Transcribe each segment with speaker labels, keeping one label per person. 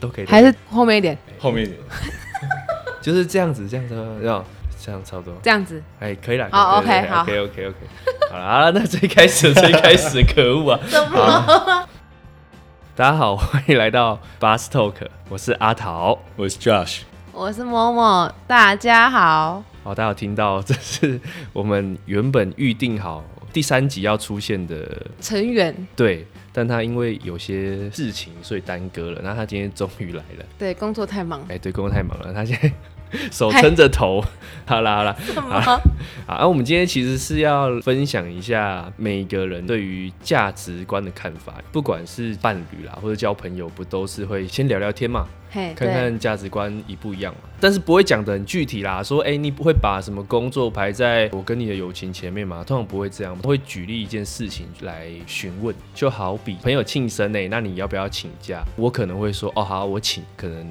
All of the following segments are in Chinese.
Speaker 1: 都可以，
Speaker 2: 还是后面一点
Speaker 3: 后 面一点，
Speaker 1: 就是这样子，这样子，这样这样差不多。
Speaker 2: 这样子？
Speaker 1: 哎，可以啦。
Speaker 2: 哦
Speaker 1: 可以对
Speaker 2: OK，好
Speaker 1: 对对，OK，OK，OK。好了，好了，那最开始，最开始，可 恶啊！
Speaker 2: 怎么
Speaker 1: 大家好，欢迎来到 Bus Talk，我是阿桃。
Speaker 3: 我是 Josh，
Speaker 2: 我是某某，大家好。
Speaker 1: 好，哦大家有听到，这是我们原本预定好第三集要出现的，
Speaker 2: 成员，
Speaker 1: 对，但他因为有些事情所以耽搁了。那他今天终于来了。
Speaker 2: 对，工作太 忙。
Speaker 1: 哎，对，工作太忙了，他现在手撑着头。好啦好啦，
Speaker 2: 怎么？
Speaker 1: 好，那、我们今天其实是要分享一下每个人对于价值观的看法，不管是伴侣啦，或者交朋友，不都是会先聊聊天嘛，
Speaker 2: 嘿，
Speaker 1: 看
Speaker 2: 对，
Speaker 1: 看价值观一不一样嘛。但是不会讲的很具体啦，说哎、你不会把什么工作排在我跟你的友情前面嘛？通常不会这样，会举例一件事情来询问，就好比朋友庆生哎、那你要不要请假？我可能会说哦好，我请，可能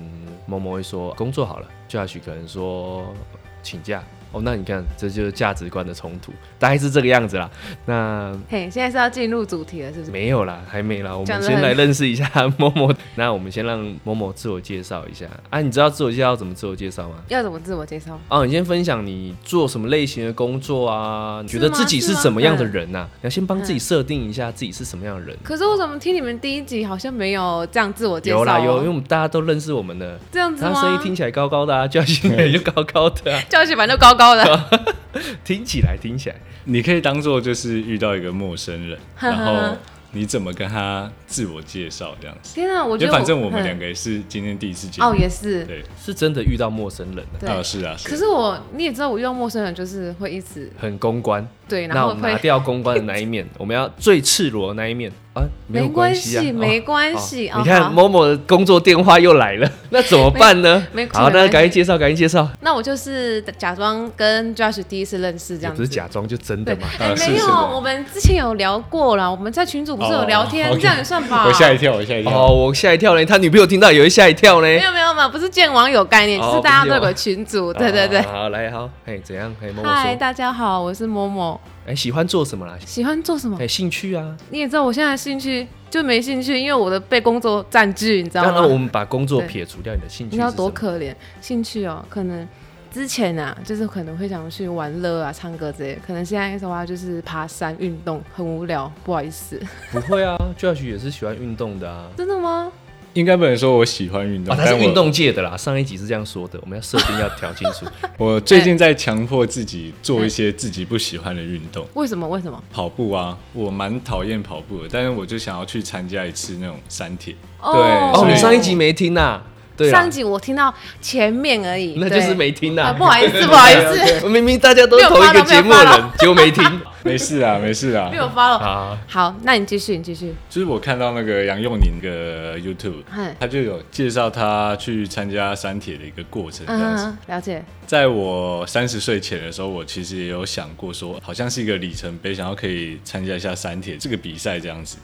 Speaker 1: 某某会说工作好了，Josh 可能说请假。哦，那你看，这就是价值观的冲突，大概是这个样子啦。那
Speaker 2: 嘿，现在是要进入主题了，是不是？
Speaker 1: 没有啦，还没啦，我
Speaker 2: 讲
Speaker 1: 们
Speaker 2: 得
Speaker 1: 先
Speaker 2: 很
Speaker 1: 来认识一下 某某。那我们先让某某自我介绍一下啊，你知道自我介绍怎么自我介绍吗？
Speaker 2: 要怎么自我介绍？
Speaker 1: 哦，你先分享你做什么类型的工作啊？你觉
Speaker 2: 是
Speaker 1: 得
Speaker 2: 吗
Speaker 1: 自己
Speaker 2: 是
Speaker 1: 是
Speaker 2: 吗
Speaker 1: 怎么样的
Speaker 2: 嗯
Speaker 1: 人呐、啊？你要先帮自己
Speaker 2: 嗯
Speaker 1: 设定一下自己是什么样的人。
Speaker 2: 可是我怎么听你们第一集好像没有这样自我介 绍、
Speaker 1: 有
Speaker 2: 哦？
Speaker 1: 啦有，因为我们大家都认识我们的，
Speaker 2: 这样子
Speaker 1: 他
Speaker 2: 吗？
Speaker 1: 声音听起来高高 的啊，叫醒也就高高的、啊，
Speaker 2: 教学版都高高 的，
Speaker 1: 听起来听起来，
Speaker 3: 你可以当做就是遇到一个陌生 人，
Speaker 2: 呵呵
Speaker 3: 然后你怎么跟他自我介绍这样子？
Speaker 2: 天啊！我觉得
Speaker 3: 因为反正我们两
Speaker 2: 个
Speaker 3: 个也是今天第一次见
Speaker 2: 哦
Speaker 3: 面，
Speaker 2: 也是，
Speaker 3: 对，
Speaker 1: 是真的遇到陌生人了、
Speaker 2: 对
Speaker 3: 啊是啊，
Speaker 2: 可
Speaker 3: 是啊
Speaker 2: 是我你也知道，我遇到陌生人就是会一直
Speaker 1: 很公关。
Speaker 2: 对，然
Speaker 1: 那我
Speaker 2: 后
Speaker 1: 们拿
Speaker 2: 会
Speaker 1: 掉公关的那一 面，我们要最赤裸的那一面啊，有
Speaker 2: 没
Speaker 1: 关
Speaker 2: 关
Speaker 1: 系啊，
Speaker 2: 系，
Speaker 1: 哦
Speaker 2: 没关系
Speaker 1: 哦
Speaker 2: 啊。
Speaker 1: 你
Speaker 2: 好
Speaker 1: 看某某的工作电话又来了， 那怎么办呢
Speaker 2: 没没？
Speaker 1: 好，
Speaker 2: 没关
Speaker 1: 那
Speaker 2: 系
Speaker 1: 赶紧介绍，赶紧介绍。
Speaker 2: 那我就是假装跟 Josh 第一次认识这
Speaker 1: 也
Speaker 2: 样
Speaker 1: 不
Speaker 2: 子
Speaker 1: 是。假装，就真的嘛。
Speaker 2: 哎
Speaker 3: 啊是
Speaker 2: 没有，
Speaker 3: 是的
Speaker 2: 我们之前有聊过啦，我们在群组不是有聊天，
Speaker 3: 哦，OK
Speaker 2: 这样也算吧。
Speaker 3: 我吓一跳，我吓一跳，
Speaker 1: 哦，我吓一跳嘞，他女朋友听到也会吓一跳嘞
Speaker 2: 没。有没有嘛，不是见网友概念，
Speaker 1: 哦
Speaker 2: 就是大家都有
Speaker 1: 不是
Speaker 2: 个群
Speaker 3: 哦
Speaker 2: 组，对对对
Speaker 3: 啊
Speaker 1: 好。好，来好，哎，怎样？哎，某某
Speaker 2: 嗨，
Speaker 1: 说，
Speaker 2: 大家好，我是某某，
Speaker 1: 哎，喜欢做什么啦？
Speaker 2: 喜欢做什么？
Speaker 1: 哎，兴趣啊。
Speaker 2: 你也知道我现在兴趣就没兴趣，因为我的被工作占据，你知道
Speaker 1: 当
Speaker 2: 吗
Speaker 1: 然，？我们把工作
Speaker 2: 啊对
Speaker 1: 撇除掉，你的兴
Speaker 2: 你
Speaker 1: 趣是
Speaker 2: 知道
Speaker 1: 什
Speaker 2: 多
Speaker 1: 么？
Speaker 2: 可怜，兴趣哦，可能之前啊，就是可能会想去玩乐啊、唱歌之类的，可能现在的话就是爬山、运动，很无聊，不好意思。
Speaker 1: 不会啊，Josh 也是喜欢运动的 啊。
Speaker 2: 真的吗？
Speaker 3: 应该不能说我喜欢运动，
Speaker 1: 啊，他是
Speaker 3: 但
Speaker 1: 运
Speaker 3: 我
Speaker 1: 动界的啦。上一集是这样说的，我们要设定要调清 楚。
Speaker 3: 我最近在强迫自己做一些自己不喜欢的运动，
Speaker 2: 为什么？为什么？
Speaker 3: 跑步啊，我蛮讨厌跑步的，但是我就想要去参加一次那种山铁。
Speaker 1: 哦，
Speaker 3: 所以
Speaker 1: 你上一集没听呐？对啦
Speaker 2: 上一集我听到前面而已，
Speaker 1: 那就是
Speaker 2: 对
Speaker 1: 没听呐
Speaker 2: 啊，。不好意思，不好意 思，
Speaker 1: 思，明明大家都是同一个节目的
Speaker 2: 啊没有发
Speaker 1: 人，结果没 听
Speaker 3: 没事 啊，没事啊
Speaker 2: 没。有 follow。
Speaker 1: 啊。
Speaker 2: 好，那你继续，你继续。
Speaker 3: 就是我看到那个杨佑宁的 YouTube，
Speaker 2: 嗨
Speaker 3: 他就有介绍他去参加山铁的一个过程。这样子，
Speaker 2: 嗯，了解。
Speaker 3: 在我三十岁前的时候，我其实也有想过说，好像是一个里程碑，想要可以参加一下山铁这个比赛这样子。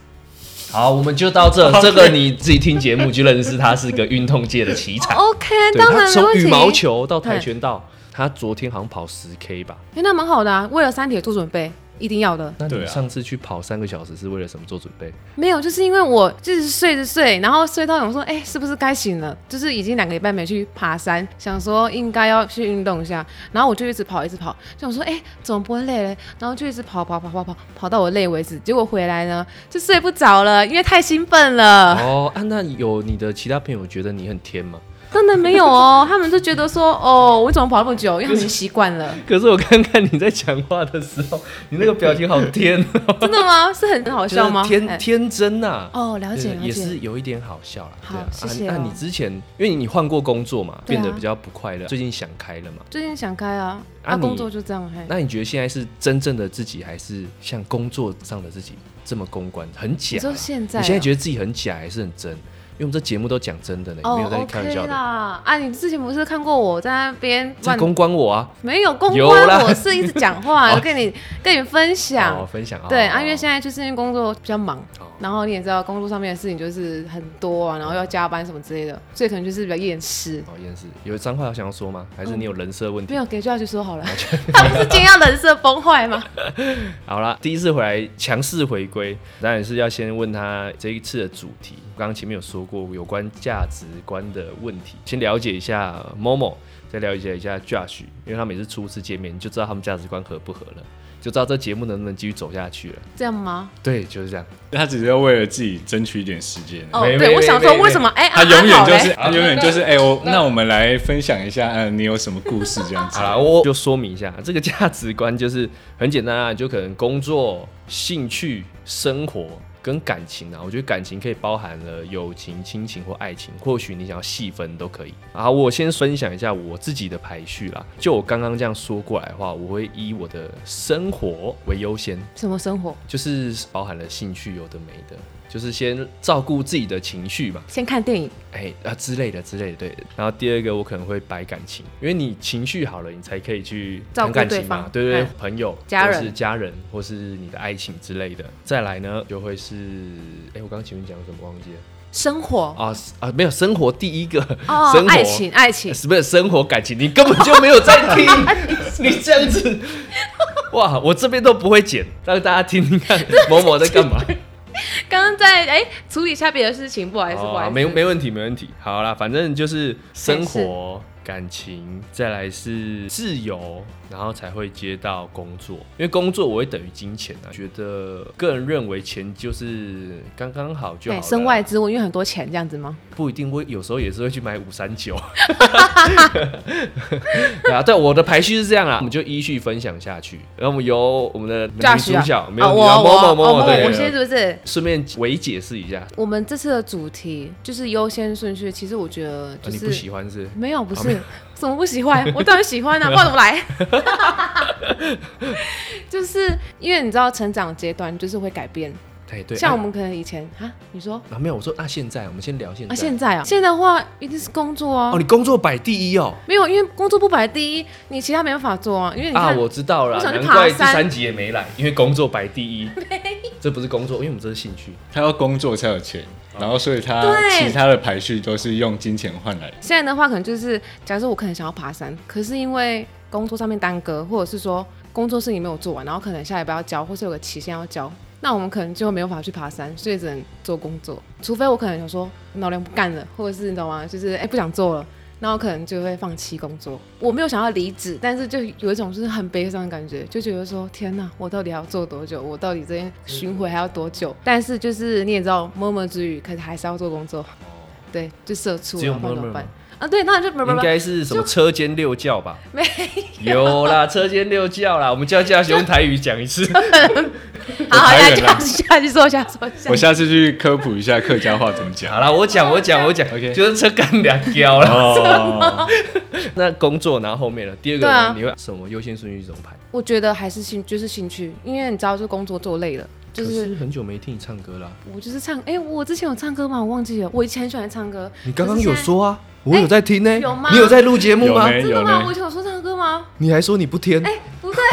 Speaker 1: 好，我们就到这，这个你自己听节目就认识，他是个运动界的奇 才。
Speaker 2: 哦 OK，
Speaker 1: 对
Speaker 2: 当然
Speaker 1: 他
Speaker 2: 没
Speaker 1: 从
Speaker 2: 问题。
Speaker 1: 羽毛球到跆拳道，他昨天好像跑十 K 吧？
Speaker 2: 哎，那蛮好的啊，为了三铁做准备，一定要的。
Speaker 1: 那
Speaker 3: 对
Speaker 1: 你
Speaker 3: 啊
Speaker 1: 上次去跑三个小时是为了什么做准备？
Speaker 2: 没有，就是因为我就是睡着睡，然后睡到想说，哎、是不是该醒了？就是已经两个礼拜没去爬山，想说应该要去运动一下，然后我就一直跑，一直跑，想说，哎、怎么不会累嘞？然后就一直跑跑跑跑跑，跑到我累为止。结果回来呢，就睡不着了，因为太兴奋了。
Speaker 1: 哦啊，那有你的其他朋友觉得你很天吗？
Speaker 2: 真的没有哦，他们就觉得说，哦，我怎么跑那么久？因为他们习惯 了。
Speaker 1: 可是我看看你在讲话的时候，你那个表情好天哦，
Speaker 2: 真的吗？是很很好 笑吗？
Speaker 1: 就是天
Speaker 2: 哎
Speaker 1: 天真啊呐、
Speaker 2: 哦，了解
Speaker 1: 对
Speaker 2: 了
Speaker 1: 也是
Speaker 2: 解。
Speaker 1: 有一点好笑啦。
Speaker 2: 好
Speaker 1: 对啊
Speaker 2: 谢谢
Speaker 1: 啊。那
Speaker 2: 哦
Speaker 1: 你之前因为你换过工作嘛，
Speaker 2: 对啊
Speaker 1: 变得比较不快乐，最近想开了嘛。
Speaker 2: 最近想开啊，
Speaker 1: 啊
Speaker 2: 啊，
Speaker 1: 你
Speaker 2: 工作就这样嘿。
Speaker 1: 那你觉得现在是真正的自己，还是像工作上的自己这么公关，很假
Speaker 2: 你
Speaker 1: 啊？
Speaker 2: 说现在、
Speaker 1: 你现在觉得自己很假还是很真？因为我们这节目都讲真的呢，
Speaker 2: 哦
Speaker 1: 没有在开玩笑的。
Speaker 2: OK 啦，啊，你之前不是看过我在那边
Speaker 1: 在
Speaker 2: 乱
Speaker 1: 公关我啊，
Speaker 2: 没有公
Speaker 1: 有啦
Speaker 2: 关，我是一直讲话
Speaker 1: 哦
Speaker 2: 跟你跟你分享。
Speaker 1: 哦、分享啊。
Speaker 2: 对，
Speaker 1: 哦
Speaker 2: 啊，因为现在就是因为工作比较忙，
Speaker 1: 哦
Speaker 2: 然后你也知道工作上面的事情就是很多啊，然后要加班什么之类的，所以可能就是比较厌世。
Speaker 1: 哦，也是有脏话想要说吗？还是你有人设问题？
Speaker 2: 没有给就要去说好
Speaker 1: 哦
Speaker 2: 了， 他不是今天要人设崩坏吗？
Speaker 1: 好啦，第一次回来强势回归，当然是要先问他这一次的主题。刚刚前面有说过有关价值观的问题，先了解一下 Momo，再了解一下 Josh，因为他每次初次见面，你就知道他们价值观合不合了，就知道这节目能不能继续走下去了。
Speaker 2: 这样吗？
Speaker 1: 对，就是这样。
Speaker 3: 他只是为了自己争取一点时间。
Speaker 2: 哦，
Speaker 1: 没
Speaker 2: 对，
Speaker 1: 没
Speaker 2: 我想说
Speaker 1: 没
Speaker 2: 为什么？哎，
Speaker 3: 他
Speaker 2: 啊
Speaker 3: 永远就
Speaker 2: 还好
Speaker 3: 是，
Speaker 2: 嘞
Speaker 3: 他永远就是，哎，我那我们来分享一下，嗯，你有什么故事这样子
Speaker 1: 好？啦，我就说明一下，这个价值观就是很简单啊，就可能工作、兴趣、生活跟感情啊。我觉得感情可以包含了友情、亲情或爱情，或许你想要细分都可以。啊，我先分享一下我自己的排序啦。就我刚刚这样说过来的话，我会以我的生活为优先，
Speaker 2: 什么生活？
Speaker 1: 就是包含了兴趣有的没的，就是先照顾自己的情绪嘛。
Speaker 2: 先看电影，
Speaker 1: 哎啊之类的之类的，对。然后第二个我可能会摆感情，因为你情绪好了，你才可以去
Speaker 2: 照
Speaker 1: 谈
Speaker 2: 顾
Speaker 1: 感
Speaker 2: 对
Speaker 1: 情嘛，
Speaker 2: 方
Speaker 1: 对对对
Speaker 2: 嗯
Speaker 1: 朋友、
Speaker 2: 家
Speaker 1: 或
Speaker 2: 人
Speaker 1: 是家人或是你的爱情之类的。再来呢，就会是哎，我刚刚前面讲什么忘记了
Speaker 2: 生活
Speaker 1: 啊是啊，没有生活第一个、
Speaker 2: 哦
Speaker 1: 生，活呃
Speaker 2: 爱情，哦 爱情，
Speaker 1: 是不是生活感情？你根本就没有在听，你这样子，哇，我这边都不会剪，让大家听听看某某在干嘛。
Speaker 2: 刚刚在哎处理一下别的事情，不好意思，不好意
Speaker 1: 哦
Speaker 2: 思，
Speaker 1: 没没问题，没问题。好啦，反正就是生活、感情，再来是自由，然后才会接到工作。因为工作我会等于金钱啊，觉得个人认为钱就是刚刚好就好
Speaker 2: 哎，
Speaker 1: 了。
Speaker 2: 身外之物，因为很多钱这样子吗？
Speaker 1: 不一定会，有时候也是会去买五三九。对啊，对，我的排序是这样啦，我们就依序分享下去。然后我们由我们的女主角，没有
Speaker 2: 哦
Speaker 1: 你
Speaker 2: 我
Speaker 1: 要某某
Speaker 2: 我
Speaker 1: 某
Speaker 2: 哦
Speaker 1: 某
Speaker 2: 我我
Speaker 1: 对，
Speaker 2: 先是不是？
Speaker 1: 顺便微解释一下，
Speaker 2: 我们这次的主题就是优先顺序，其实我觉得
Speaker 1: 啊
Speaker 2: 就
Speaker 1: 你不
Speaker 2: 是
Speaker 1: 喜欢是？
Speaker 2: 没有，不
Speaker 1: 没有
Speaker 2: 是什么不喜欢，我当然喜欢啊，不然怎么来？就是因为你知道，成长阶段就是会改变，
Speaker 1: 对对，
Speaker 2: 像
Speaker 1: 啊
Speaker 2: 我们可能以前啊，你说
Speaker 1: 啊，没有，我说那、现在我们先聊现在。
Speaker 2: 啊，现在啊，现在的话一定是工作啊
Speaker 1: 哦，，你工作摆第一哦。
Speaker 2: 没有，因为工作不摆第一，你其他没办法做啊，因为你
Speaker 1: 啊，
Speaker 2: 看
Speaker 1: 我知道了，
Speaker 2: 我想去
Speaker 1: 难
Speaker 2: 爬
Speaker 1: 怪第
Speaker 2: 山
Speaker 1: 三集也没来，因为工作摆第 一。这不是工作，因为我们这是兴趣。
Speaker 3: 他要工作才有钱，然后所以他
Speaker 2: 对
Speaker 3: 其他的排序都是用金钱换来的。
Speaker 2: 现在的话，可能就是假设我可能想要爬山，可是因为工作上面耽搁，或者是说工作事情没有做完，然后可能下礼拜要交，或是有个期限要交，那我们可能就没有办法去爬山，所以只能做工作。除非我可能想说脑量不干了，或者是你懂吗？就是哎、不想做了。那我可能就会放弃工作。我没有想要离职，但是就有一种就是很悲伤的感觉，就觉得说天哪，我到底还要做多久？我到底这边巡回还要多
Speaker 1: 哦
Speaker 2: 久？但是就是你也知道，默默之语，可是还是要做工作。对，就社畜
Speaker 1: 哦只有
Speaker 2: 啊，不然怎么
Speaker 1: murmur
Speaker 2: 办
Speaker 1: 吗？
Speaker 2: 啊，对，那就不不
Speaker 1: 应
Speaker 2: 不，
Speaker 1: 该是什么车间六教吧？
Speaker 2: 没
Speaker 1: 有啦，车间六教啦，我们叫教用台语讲一次。
Speaker 2: 好好，
Speaker 3: 我
Speaker 2: 下
Speaker 3: 太
Speaker 2: 去
Speaker 3: 远了
Speaker 2: 下去说一下说一下
Speaker 3: 我。下次去科普一下客家话怎么讲
Speaker 1: 好。 啦，我讲我讲我讲
Speaker 3: OK
Speaker 1: 就是车干两教啦。
Speaker 3: 哦，
Speaker 1: 那工作，然后后面了，第二个
Speaker 2: 对啊
Speaker 1: 呢你会什么优先顺序怎么排？
Speaker 2: 我觉得还是兴就是兴趣，因为你知道，就工作做累了，就
Speaker 1: 可
Speaker 2: 是
Speaker 1: 是很久没听你唱歌啦，
Speaker 2: 我就是唱，哎、我之前有唱歌吗？我忘记了，我以前很喜欢唱歌。
Speaker 1: 你刚刚
Speaker 2: 可是
Speaker 1: 有
Speaker 2: 现在
Speaker 1: 说啊，我有在听呢，
Speaker 2: 有吗
Speaker 1: 你有在录节目
Speaker 3: 有
Speaker 1: 吗？
Speaker 3: 没
Speaker 2: 真
Speaker 3: 有
Speaker 2: 的吗？
Speaker 3: 呢
Speaker 2: 我以？前有说唱歌吗？
Speaker 1: 你还说你不听，
Speaker 2: 哎、不对，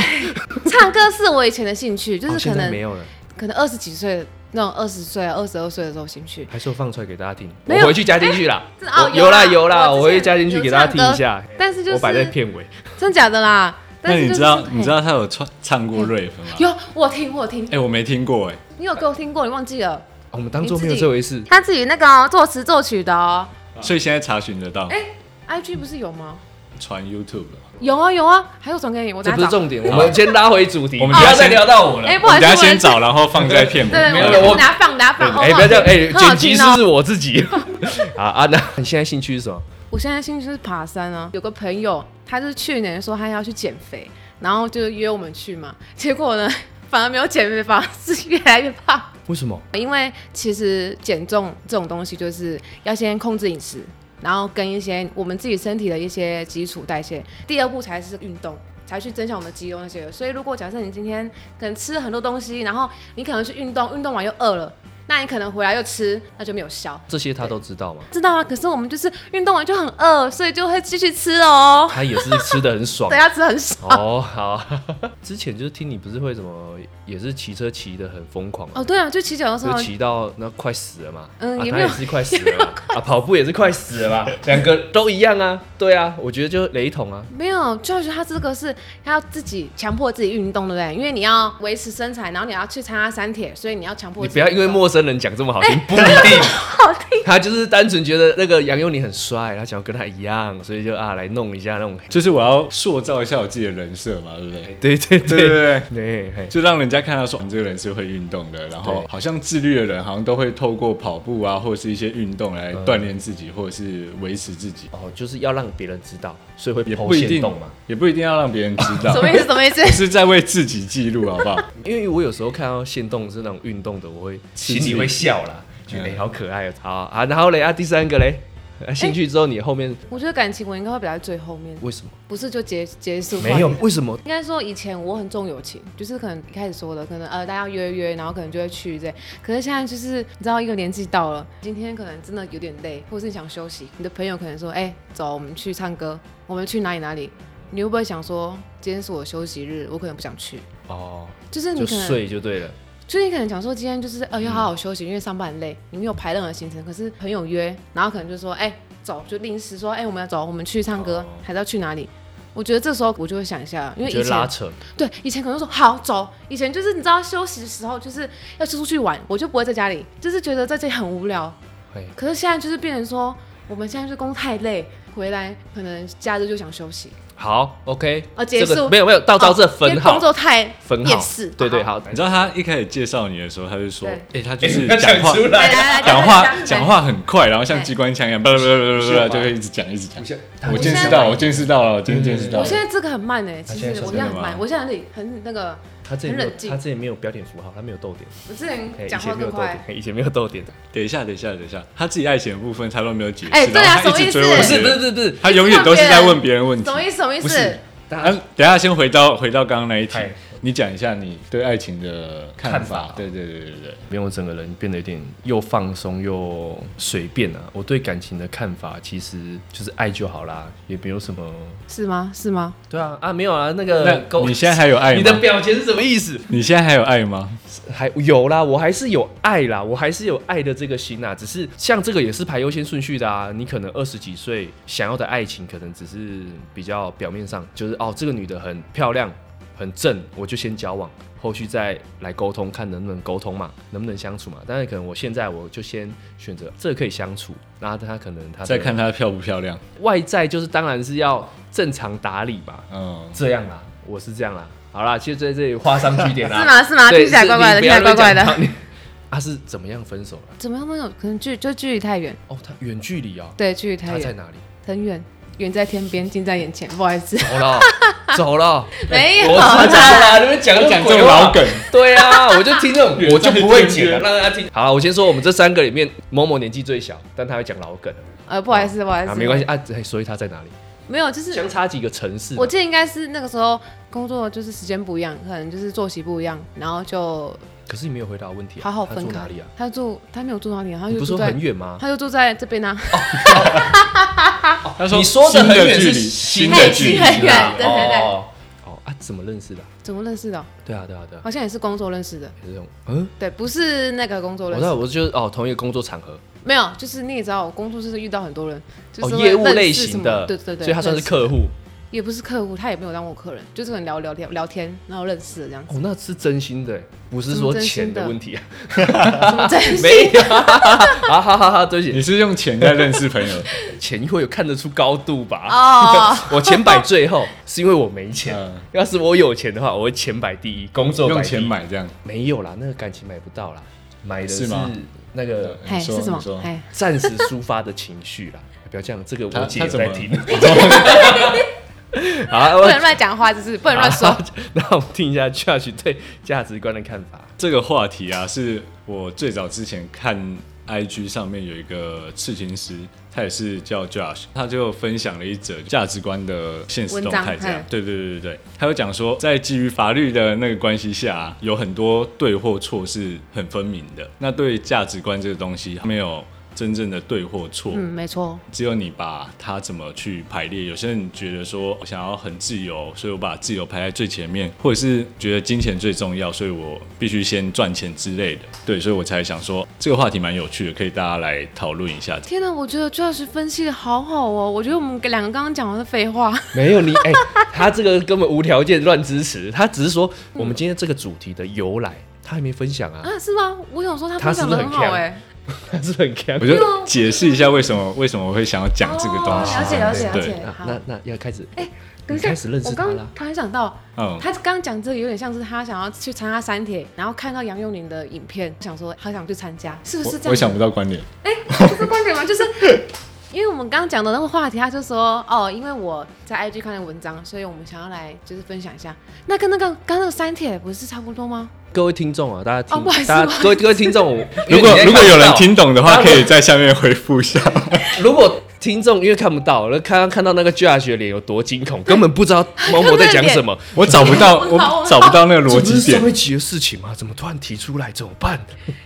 Speaker 2: 唱歌是我以前的兴趣，就
Speaker 1: 哦
Speaker 2: 是
Speaker 1: 现
Speaker 2: 可
Speaker 1: 在
Speaker 2: 能、
Speaker 1: 没有了。
Speaker 2: 可能二十几岁那种二十岁、啊二十二岁的时候兴趣。
Speaker 1: 还是我放出来给大家听，
Speaker 2: 没有
Speaker 1: 我回去加进去啦。
Speaker 2: 这哦
Speaker 1: 我
Speaker 2: 有
Speaker 1: 有啦
Speaker 2: 啦
Speaker 1: 有啦，
Speaker 2: 我
Speaker 1: 我
Speaker 2: 之
Speaker 1: 会
Speaker 2: 前
Speaker 1: 加进去
Speaker 2: 有
Speaker 1: 给大家
Speaker 2: 唱
Speaker 1: 听一
Speaker 2: 歌
Speaker 1: 下。
Speaker 2: 但是就是
Speaker 1: 我摆在片尾，哦
Speaker 2: 真假的啦？但
Speaker 3: 那
Speaker 2: 是
Speaker 3: 你
Speaker 2: 就
Speaker 3: 知
Speaker 2: 是
Speaker 3: 道
Speaker 2: 嘿
Speaker 3: 你知道他有唱唱过 rap 吗？
Speaker 2: 有我有听我有听，
Speaker 3: 哎，我没听过哎。
Speaker 2: 你有给我听过？你忘记了？
Speaker 1: 哦我们当做没有这回事。
Speaker 2: 他自己那个哦、作词作曲的哦
Speaker 3: 所以现在查询得到，
Speaker 2: ，IG 不是有吗？
Speaker 3: 传 YouTube。
Speaker 2: 有啊有啊，还有转给你，我
Speaker 1: 这
Speaker 2: 等
Speaker 1: 不
Speaker 2: 下
Speaker 1: 是
Speaker 2: 找。
Speaker 1: 重点，我们先拉回主题，
Speaker 3: 我们
Speaker 1: 不
Speaker 3: 等
Speaker 1: 要
Speaker 3: 一下
Speaker 1: 再
Speaker 3: 先
Speaker 1: 聊到我了
Speaker 2: 哎、。不
Speaker 3: 我
Speaker 2: 好
Speaker 3: 们
Speaker 2: 意思，
Speaker 3: 等下
Speaker 2: 我
Speaker 3: 先找，然后放在片
Speaker 2: 对，
Speaker 3: 尾。
Speaker 1: 没有
Speaker 2: 我
Speaker 1: 我
Speaker 2: 我等下放等下放，哦
Speaker 1: 哎，不要这样，哎，
Speaker 2: 很好
Speaker 1: 剪辑
Speaker 2: 听
Speaker 1: 师
Speaker 2: 很好
Speaker 1: 是
Speaker 2: 听哦
Speaker 1: 我自 己。啊啊，那 你现在兴趣是什么？
Speaker 2: 我现在兴趣是爬山啊，有个朋友他就是去年说他要去减肥，然后就约我们去嘛，结果呢 反而没有减肥，反而是越来越胖。
Speaker 1: 为什么？
Speaker 2: 因为其实减重这种东西，就是要先控制饮食，然后跟一些我们自己身体的一些基础代谢，第二步才是运动。才去增强我们的肌肉那些的，所以如果假设你今天可能吃了很多东西，然后你可能去运动，运动完又饿了，那你可能回来又吃，那就没有消。
Speaker 1: 这些他都知道吗？
Speaker 2: 知道啊，可是我们就是运动完就很饿，所以就会继续吃哦。
Speaker 1: 他也是吃的很爽
Speaker 2: 等。下吃很少
Speaker 1: 哦，好。 之前就是听你不是会什么，也是骑车骑的很疯狂嘛，
Speaker 2: 哦，对啊，就骑脚踏车
Speaker 1: 就
Speaker 2: 好像
Speaker 1: 骑到那快死了嘛。
Speaker 2: 嗯
Speaker 1: 啊
Speaker 2: 也
Speaker 1: 他
Speaker 2: 没有
Speaker 1: 也是快死了 嘛，啊，跑步也是快死了嘛，两个都一样啊。对啊，我觉得就雷同啊。
Speaker 2: 没有，就是他这个是他要自己强迫自己运动，对不对？因为你要维持身材，然后你要去参加三铁，所以你要强迫
Speaker 1: 你
Speaker 2: 自己
Speaker 1: 不要因为
Speaker 2: 运动
Speaker 1: 陌生人讲这么好
Speaker 2: 哎
Speaker 1: 听，不一 定好听。他就是单纯觉得那个杨佑宁很帅，他想要跟他一样，所以就啊来弄一下那种。
Speaker 3: 就是我要塑造一下我自己的人设嘛，对不对？
Speaker 1: 对对
Speaker 3: 对对
Speaker 1: 对
Speaker 3: 对。
Speaker 1: 对，嘿
Speaker 3: 就让人家看到说，你这个人是会运动的，然后
Speaker 1: 对
Speaker 3: 好像自律的人，好像都会透过跑步啊，或是一些运动来锻炼自己，或者是维持自己，
Speaker 1: 哦，就是要让别人知道，所以会
Speaker 3: 也
Speaker 1: 抛
Speaker 3: 不一
Speaker 1: 线
Speaker 3: 定
Speaker 1: 动嘛。，
Speaker 3: 也不一定要让别人知道
Speaker 2: 什，么意思？什么意思？
Speaker 3: 是在为自己记录，好不 好？
Speaker 1: 因为我有时候看到线动是那种运动的，我会
Speaker 3: 刺
Speaker 1: 心
Speaker 3: 激
Speaker 1: 里会笑啦，觉得、
Speaker 3: 嗯
Speaker 1: 欸好可爱哦、好啊，然后嘞啊，第三个嘞，啊兴趣之后你后面、
Speaker 2: 我觉得感情我应该会摆在最后面，
Speaker 1: 为什么
Speaker 2: 不是就结结束话题
Speaker 1: 没有？为什么？
Speaker 2: 应该说以前我很重友情，就是可能一开始说的，可能呃大家约约，然后可能就会去这。可是现在就是你知道一个年纪到了，今天可能真的有点累，或是你想休息，你的朋友可能说，哎、走，我们去唱歌，我们去哪里哪里。你会不会想说，今天是我休息日，我可能不想去？
Speaker 1: 哦，
Speaker 2: 就是你
Speaker 1: 就
Speaker 2: 可能，
Speaker 1: 睡就对了。
Speaker 2: 就是你可能想说，今天就是呃要好好休息，因为上班很累，你没有排任何行程。可是朋友约，然后可能就说，哎、走，就临时说，哎、我们要走，我们去唱歌，
Speaker 1: 哦
Speaker 2: 还是要去哪里？我觉得这时候我就会想一下，因为
Speaker 1: 你觉
Speaker 2: 以前
Speaker 1: 得拉扯，
Speaker 2: 对，以前可能说好走，以前就是你知道休息的时候就是要出去玩，我就不会在家里，就是觉得在这里很无聊。
Speaker 1: 哎，
Speaker 2: 可是现在就是变成说，我们现在就是工作太累，回来可能假日就想休息，
Speaker 1: 好，OK，
Speaker 2: 哦结
Speaker 1: 这个
Speaker 2: 束
Speaker 1: 没有没有，到到
Speaker 2: 哦
Speaker 1: 这
Speaker 2: 因
Speaker 1: 分
Speaker 2: 为
Speaker 1: 号
Speaker 2: 工，作太
Speaker 1: 分
Speaker 2: 厌
Speaker 1: 号
Speaker 2: 世，
Speaker 1: 对对，好，
Speaker 3: 你知道他一开始介绍你的时候，他就说，哎、
Speaker 2: 对
Speaker 3: 他就是 讲话。
Speaker 2: 来来来，
Speaker 3: 讲
Speaker 2: 来
Speaker 3: 话
Speaker 2: 来
Speaker 3: 讲话很快，然后像机关枪一样，叭叭叭叭叭叭，就会一直讲一直讲。我见识到了，我见识到了，我今天见识到
Speaker 2: 我哦
Speaker 3: 了
Speaker 2: 现。在这个很慢哎，其
Speaker 1: 啊现在
Speaker 2: 实
Speaker 1: 是
Speaker 2: 我
Speaker 1: 真
Speaker 2: 现
Speaker 1: 的
Speaker 2: 在很
Speaker 3: 吗
Speaker 2: 慢，我现在很很那个，
Speaker 1: 他这里没有
Speaker 2: 很冷静
Speaker 1: 他这里没有标点符号，他没有逗点，
Speaker 2: 我之前
Speaker 1: 嘿以
Speaker 2: 讲话
Speaker 1: 前没
Speaker 2: 更
Speaker 1: 有逗
Speaker 2: 快
Speaker 1: 点，。嘿以前没有逗点的，
Speaker 3: 等一下，等一下，等一下，他自己爱情的部分他都没有解释，
Speaker 2: 哎对啊
Speaker 3: 然后他一直追问
Speaker 1: 不
Speaker 2: 对
Speaker 1: 是
Speaker 3: 别
Speaker 1: 不是
Speaker 3: 人，
Speaker 1: 不是不是，
Speaker 3: 他永远都是在问别人问题
Speaker 2: 什。么意思？什么意
Speaker 3: 不
Speaker 2: 思
Speaker 3: 是？
Speaker 1: 大
Speaker 3: 啊
Speaker 1: 家，
Speaker 3: 等一下先回到回到刚刚那一题
Speaker 1: 嗨，
Speaker 3: 你讲一下你对爱情的看
Speaker 1: 看
Speaker 3: 法
Speaker 1: 法。
Speaker 3: 对对对对对，
Speaker 1: 因为我整个人变得有点又放松又随便啊。我对感情的看法其实就是爱就好啦，也没有什么。
Speaker 2: 是吗？是吗？
Speaker 1: 对啊啊，没有啊，那个
Speaker 3: 那
Speaker 1: 狗
Speaker 3: 你现在还有爱
Speaker 1: 你的
Speaker 3: 吗？
Speaker 1: 表情是什么意思？
Speaker 3: 你现在还有爱吗？
Speaker 1: 还有啦，我还是有爱啦，我还是有爱的这个心啊。只是像这个也是排优先顺序的啊。你可能二十几岁想要的爱情，可能只是比较表面上，就是哦，这个女的很漂亮，很正，我就先交往，后续再来沟通，看能不能沟通嘛，能不能相处嘛。但是可能我现在我就先选择这个可以相处，然后她可能她的
Speaker 3: 再看她漂不漂亮？
Speaker 1: 外在，就是当然是要正常打理嘛，
Speaker 3: 嗯，
Speaker 1: 这样啦，我是这样啦。好啦，就在这里画上句点啦。
Speaker 2: 是吗？是吗？
Speaker 1: 啊对
Speaker 2: 啊听起来怪怪的，听起来怪怪。
Speaker 1: 是
Speaker 2: 的。
Speaker 1: 你不要乱讲啊，是怎么样分手了？
Speaker 2: 怎么样？没有，可能距就距离太远，
Speaker 1: 哦，他远距离哦，
Speaker 2: 对，距离太
Speaker 1: 他
Speaker 2: 远
Speaker 1: 在。哪里？
Speaker 2: 很远，远在天边，近在眼前。不 好意思，
Speaker 1: 走了，走 了，
Speaker 2: 没有
Speaker 1: 我
Speaker 2: 啦
Speaker 1: 知道啦，你们讲
Speaker 3: 讲这种老梗，
Speaker 1: 对啊，我就听这种
Speaker 3: 远，在
Speaker 1: 我就不会讲
Speaker 3: 天边
Speaker 1: 了，让大家听。好了，我先说，我们这三个里面，某某年纪最小，但他会讲老梗
Speaker 2: 呃，不好意思，不好意思，
Speaker 1: 啊，没关系，啊，嘿所以他在哪里？
Speaker 2: 没有，就是
Speaker 1: 相差几个城市嘛？
Speaker 2: 我记得应该是那个时候工作就是时间不一样，可能就是作息不一样，然后就
Speaker 1: 可是你没有回答我问题啊，
Speaker 2: 好好
Speaker 1: 他
Speaker 2: 分
Speaker 1: 住
Speaker 2: 开
Speaker 1: 哪里啊？。
Speaker 2: 他住他没有住哪里啊，他
Speaker 1: 你
Speaker 2: 就
Speaker 1: 不是
Speaker 2: 住
Speaker 1: 说
Speaker 2: 在
Speaker 1: 很远吗？
Speaker 2: 他就住在这边啊，
Speaker 3: 他
Speaker 1: 哦
Speaker 3: 说
Speaker 1: 你说的
Speaker 3: 新的
Speaker 1: 很远
Speaker 3: 距
Speaker 1: 是
Speaker 3: 离，
Speaker 1: 新
Speaker 2: 的
Speaker 1: 的距
Speaker 2: 距离
Speaker 1: 离，
Speaker 2: 嘿很远 对对对
Speaker 1: 哦哦啊，怎么认识的啊？
Speaker 2: 怎么认识的哦？
Speaker 1: 对啊对啊对啊，
Speaker 2: 好像也是工作认识的，
Speaker 1: 也是这种嗯。
Speaker 2: 对，不是那个工作
Speaker 1: 我
Speaker 2: 认
Speaker 1: 知
Speaker 2: 识
Speaker 1: 道，
Speaker 2: 的，
Speaker 1: 我就是哦，同一个工作场合，
Speaker 2: 没有，就是你也知道，我工作就是遇到很多人，就是
Speaker 1: 哦，
Speaker 2: 会
Speaker 1: 业务
Speaker 2: 认识
Speaker 1: 类
Speaker 2: 什
Speaker 1: 型
Speaker 2: 么
Speaker 1: 的，
Speaker 2: 对对对，
Speaker 1: 所以他算是
Speaker 2: 认识，
Speaker 1: 客户。
Speaker 2: 也不是客户，他也没有当过客人，就是很聊聊聊聊天，然后认识的这样子，
Speaker 1: 哦，那是真心的，不是
Speaker 2: 什么
Speaker 1: 说
Speaker 2: 真心
Speaker 1: 钱的
Speaker 2: 的
Speaker 1: 问 题啊，
Speaker 2: 什么真 心
Speaker 1: 没有，啊哈哈哈，对不
Speaker 3: 你
Speaker 1: 起，
Speaker 3: 是用钱在认识朋 友，
Speaker 1: 钱会有看得出高度吧？
Speaker 2: 哦，
Speaker 1: 我钱摆最后，是因为我没钱
Speaker 3: 嗯。
Speaker 1: 要是我有钱的话，我会钱摆第一，工作摆
Speaker 3: 用
Speaker 1: 第一
Speaker 3: 钱买这样？
Speaker 1: 没有啦，那个感情买不到啦，买的
Speaker 3: 是
Speaker 1: 是
Speaker 3: 吗
Speaker 1: 那个
Speaker 2: 嘿
Speaker 3: 你说
Speaker 2: 哎是什么
Speaker 3: 你说？
Speaker 2: 嘿，
Speaker 1: 暂时抒发的情绪啦。不要这样，这个
Speaker 3: 他
Speaker 1: 我姐
Speaker 3: 他
Speaker 1: 有
Speaker 3: 怎么
Speaker 1: 在 听。好啊，
Speaker 2: 不
Speaker 1: 我
Speaker 2: 能乱讲话，就是不能乱说。
Speaker 1: 好。 那我们听一下 Judge 对价值观的看法。
Speaker 3: 这个话题啊，是我最早之前看 IG 上面有一个刺青师，他也是叫 Josh，他就分享了一则价值观的现实动态，
Speaker 2: 文章
Speaker 3: 这样
Speaker 2: 嗯。
Speaker 3: 对对对对对，他有讲说，在基于法律的那个关系下、有很多对或错是很分明的。那对价值观这个东西，没有真正的对或错，
Speaker 2: 嗯，没错，
Speaker 3: 只有你把它怎么去排列。有些人觉得说我想要很自由，所以我把自由排在最前面，或者是觉得金钱最重要，所以我必须先赚钱之类的。对，所以我才想说这个话题蛮有趣的，可以大家来讨论一下。
Speaker 2: 天哪，我觉得朱老师分析的好好哦，我觉得我们两个刚刚讲的是废话，
Speaker 1: 没有你，哎、他这个根本无条件乱支持，他只是说我们今天这个主题的由来，他还没分享啊，
Speaker 2: 啊，是吗？我想说他
Speaker 1: 他
Speaker 2: 分
Speaker 1: 是
Speaker 2: 享
Speaker 1: 不是
Speaker 2: 的
Speaker 1: 很
Speaker 2: 好
Speaker 1: 强
Speaker 2: 哎，
Speaker 1: 他是不是很强
Speaker 2: 哦
Speaker 3: 我。就解释一下为什么为什么我会想要讲这个东西。
Speaker 2: 哦了解了解了
Speaker 3: 对
Speaker 2: 解。
Speaker 1: 啊
Speaker 2: 好，
Speaker 1: 那那要开始，
Speaker 2: 哎等
Speaker 1: 你
Speaker 2: 一下，
Speaker 1: 开始认识
Speaker 2: 我
Speaker 1: 他
Speaker 2: 刚
Speaker 1: 啦。
Speaker 2: 突然想到，
Speaker 3: 嗯，
Speaker 2: 他刚讲这个有点像是他想要去参加三铁，然后看到杨佑宁的影片，想说他想去参加，是不是这样？
Speaker 3: 我我 想不到观点。
Speaker 2: 不是观点吗？就是 因为我们刚刚讲的那个话题，他就说哦，因为我在 IG 看了文章，所以我们想要来就是分享一下。那跟那个刚刚那个删帖不是差不多吗？
Speaker 1: 各位听众啊，大家
Speaker 2: 哦
Speaker 1: 听
Speaker 2: 不好意，思
Speaker 1: 大
Speaker 2: 不好意
Speaker 1: 家
Speaker 2: 思
Speaker 1: 各位各位听众，
Speaker 3: 如
Speaker 1: 因为
Speaker 3: 果
Speaker 1: 你现在
Speaker 3: 如果
Speaker 1: 看不
Speaker 3: 有人
Speaker 1: 到
Speaker 3: 听懂的话，
Speaker 1: 当然
Speaker 3: 可以在下面回复 一下。
Speaker 1: 如果听众因为看不到，那刚刚看到那个 Judge 的脸有多惊 恐，根本不知道某某在讲什么。
Speaker 3: 我找不到，
Speaker 2: 我好
Speaker 3: 我找不到那个逻
Speaker 1: 这不
Speaker 3: 辑
Speaker 1: 是
Speaker 3: 点
Speaker 1: 上。一集的事情吗？怎么突然提出来？怎么办？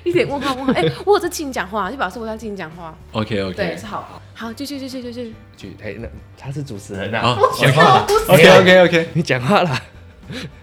Speaker 2: 一点问号 问号。哎、我有在听你讲话，就表示我在听你讲话。
Speaker 3: OK
Speaker 2: 对，
Speaker 3: OK
Speaker 2: 是好。好，继续继续继续。
Speaker 1: 就哎，那他是主持人
Speaker 3: 好
Speaker 1: 啊，，
Speaker 3: 讲话。
Speaker 1: 是
Speaker 3: OK OK OK。
Speaker 1: 你讲话啦。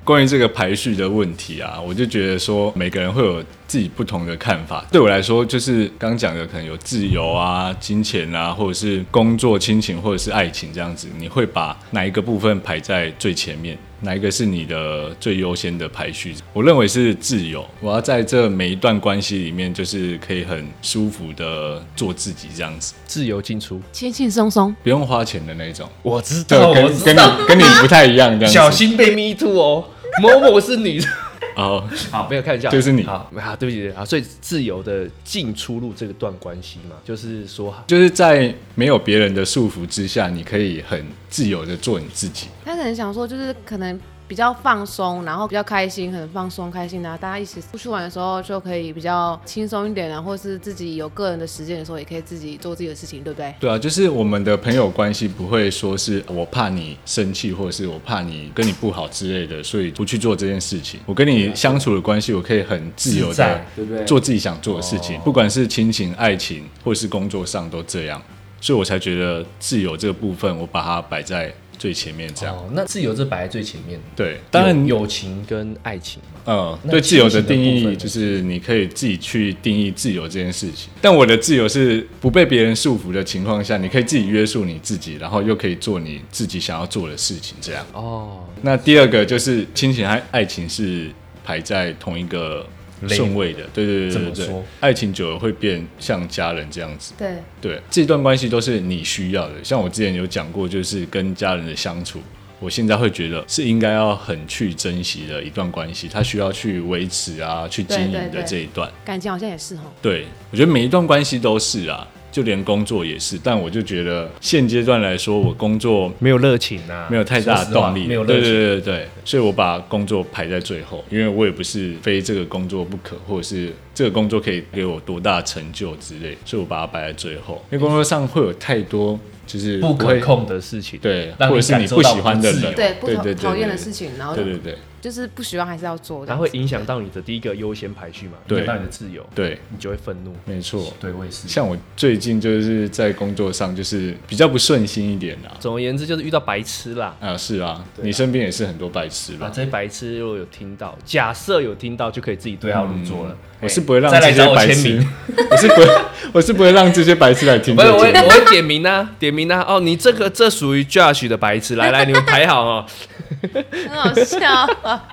Speaker 3: 关于这个排序的问题啊，我就觉得说每个人会有自己不同的看法。对我来说，就是刚讲的，可能有自由啊、金钱啊，或者是工作、亲情，或者是爱情这样子。你会把哪一个部分排在最前面？哪一个是你的最优先的排序？我认为是自由。我要在这每一段关系里面，就是可以很舒服的做自己这样子，
Speaker 1: 自由进出，
Speaker 2: 轻轻松松，
Speaker 3: 不用花钱的那种。
Speaker 1: 我知
Speaker 3: 对，
Speaker 1: 道，
Speaker 3: 跟
Speaker 1: 哦我知
Speaker 3: 跟你
Speaker 1: 道，
Speaker 3: 跟你不太一样这样子。
Speaker 1: 小心被 me too 哦。某某是女的，
Speaker 3: 哦，
Speaker 1: 好，没有看一下，
Speaker 3: 就是你
Speaker 1: 好，啊，对不起啊，所以自由的进出入这个段关系嘛，就是说
Speaker 3: 就是在没有别人的束缚之下，你可以很自由的做你自己。
Speaker 2: 他可能想说，就是可能比较放松，然后比较开心，很放松开心啊。大家一起出去玩的时候就可以比较轻松一点啊，或是自己有个人的时间的时候，也可以自己做自己的事情，对不对？
Speaker 3: 对啊，就是我们的朋友关系不会说是呃我怕你生气，或者是我怕你跟你不好之类的，所以不去做这件事情。我跟你相处的关系，我可以很自由
Speaker 1: 自
Speaker 3: 的
Speaker 1: 在对不对
Speaker 3: 做自己想做的事情，
Speaker 1: 哦
Speaker 3: 不管是亲情、爱情，或是工作上都这样。所以我才觉得自由这个部分，我把它摆在最前面这样。
Speaker 1: 哦，那自由这摆在最前面，
Speaker 3: 对，当然
Speaker 1: 友友情跟爱情嘛，
Speaker 3: 嗯，
Speaker 1: 那
Speaker 3: 对自由的定
Speaker 1: 清醒的部
Speaker 3: 义
Speaker 1: 分呢
Speaker 3: 就是你可以自己去定义自由这件事情，但我的自由是不被别人束缚的情况下，你可以自己约束你自己，然后又可以做你自己想要做的事情，这样。
Speaker 1: 哦，
Speaker 3: 那第二个就是亲情和爱情是排在同一个顺位的，对对
Speaker 1: 怎
Speaker 3: 对
Speaker 1: 么
Speaker 3: 对对
Speaker 1: 说，
Speaker 3: 爱情久了会变像家人这样子。
Speaker 2: 对，
Speaker 3: 对，这段关系都是你需要的。像我之前有讲过，就是跟家人的相处，我现在会觉得是应该要很去珍惜的一段关系，它需要去维持啊，去经营
Speaker 2: 对对
Speaker 3: 的
Speaker 2: 对
Speaker 3: 这一段。
Speaker 2: 感情好像也是哦。
Speaker 3: 对我觉得每一段关系都是啊，就连工作也是。但我就觉得现阶段来说，我工作
Speaker 1: 没有热情啊，
Speaker 3: 没有太大的动力，
Speaker 1: 没有热
Speaker 3: 对对
Speaker 1: 情。
Speaker 3: 对对对，所以我把工作排在最后，因为我也不是非这个工作不可，或者是这个工作可以给我多大成就之类，所以我把它摆在最后。因为工作上会有太多就是
Speaker 1: 不
Speaker 3: 会
Speaker 1: 可，控的事情，
Speaker 3: 对，
Speaker 1: 让
Speaker 3: 或者是
Speaker 1: 感
Speaker 3: 你
Speaker 1: 受
Speaker 3: 不
Speaker 1: 到
Speaker 3: 喜欢的
Speaker 1: 自由
Speaker 3: 人，
Speaker 2: 对，不
Speaker 3: 对
Speaker 2: 讨
Speaker 3: 对
Speaker 2: 讨厌的事，情，然后
Speaker 3: 对对对对
Speaker 2: 就是不喜欢还是要做这
Speaker 1: 它
Speaker 2: 样
Speaker 1: 会
Speaker 2: 子。
Speaker 1: 影响到你的第一个优先排序嘛，
Speaker 3: 对
Speaker 1: 影响到你的自由，
Speaker 3: 对，
Speaker 1: 你就会愤怒。
Speaker 3: 没错。
Speaker 1: 对，我也是。
Speaker 3: 像我最近就是在工作上就是比较不顺心一点啦，
Speaker 1: 总而言之，就是遇到白痴啦。
Speaker 3: 啊是啊，
Speaker 1: 对啊
Speaker 3: 你身边也是很多白痴吧
Speaker 1: 啊，？这些白痴如果有听到，假设有听到，就可以自己对号入座了。
Speaker 3: 我是不会让
Speaker 1: 哎再
Speaker 3: 这
Speaker 1: 来
Speaker 3: 些
Speaker 1: 找我
Speaker 3: 白
Speaker 1: 签
Speaker 3: 痴
Speaker 1: 名，
Speaker 3: 我是不会，我是不会让这些白痴来听
Speaker 1: 不
Speaker 3: 这
Speaker 1: 是，
Speaker 3: 个
Speaker 1: 我会
Speaker 3: 节目。
Speaker 1: 我会点名啊，点名啊。哦，你这个这属于 Josh 的白痴，来来，你们排好哦。
Speaker 2: 很好笑。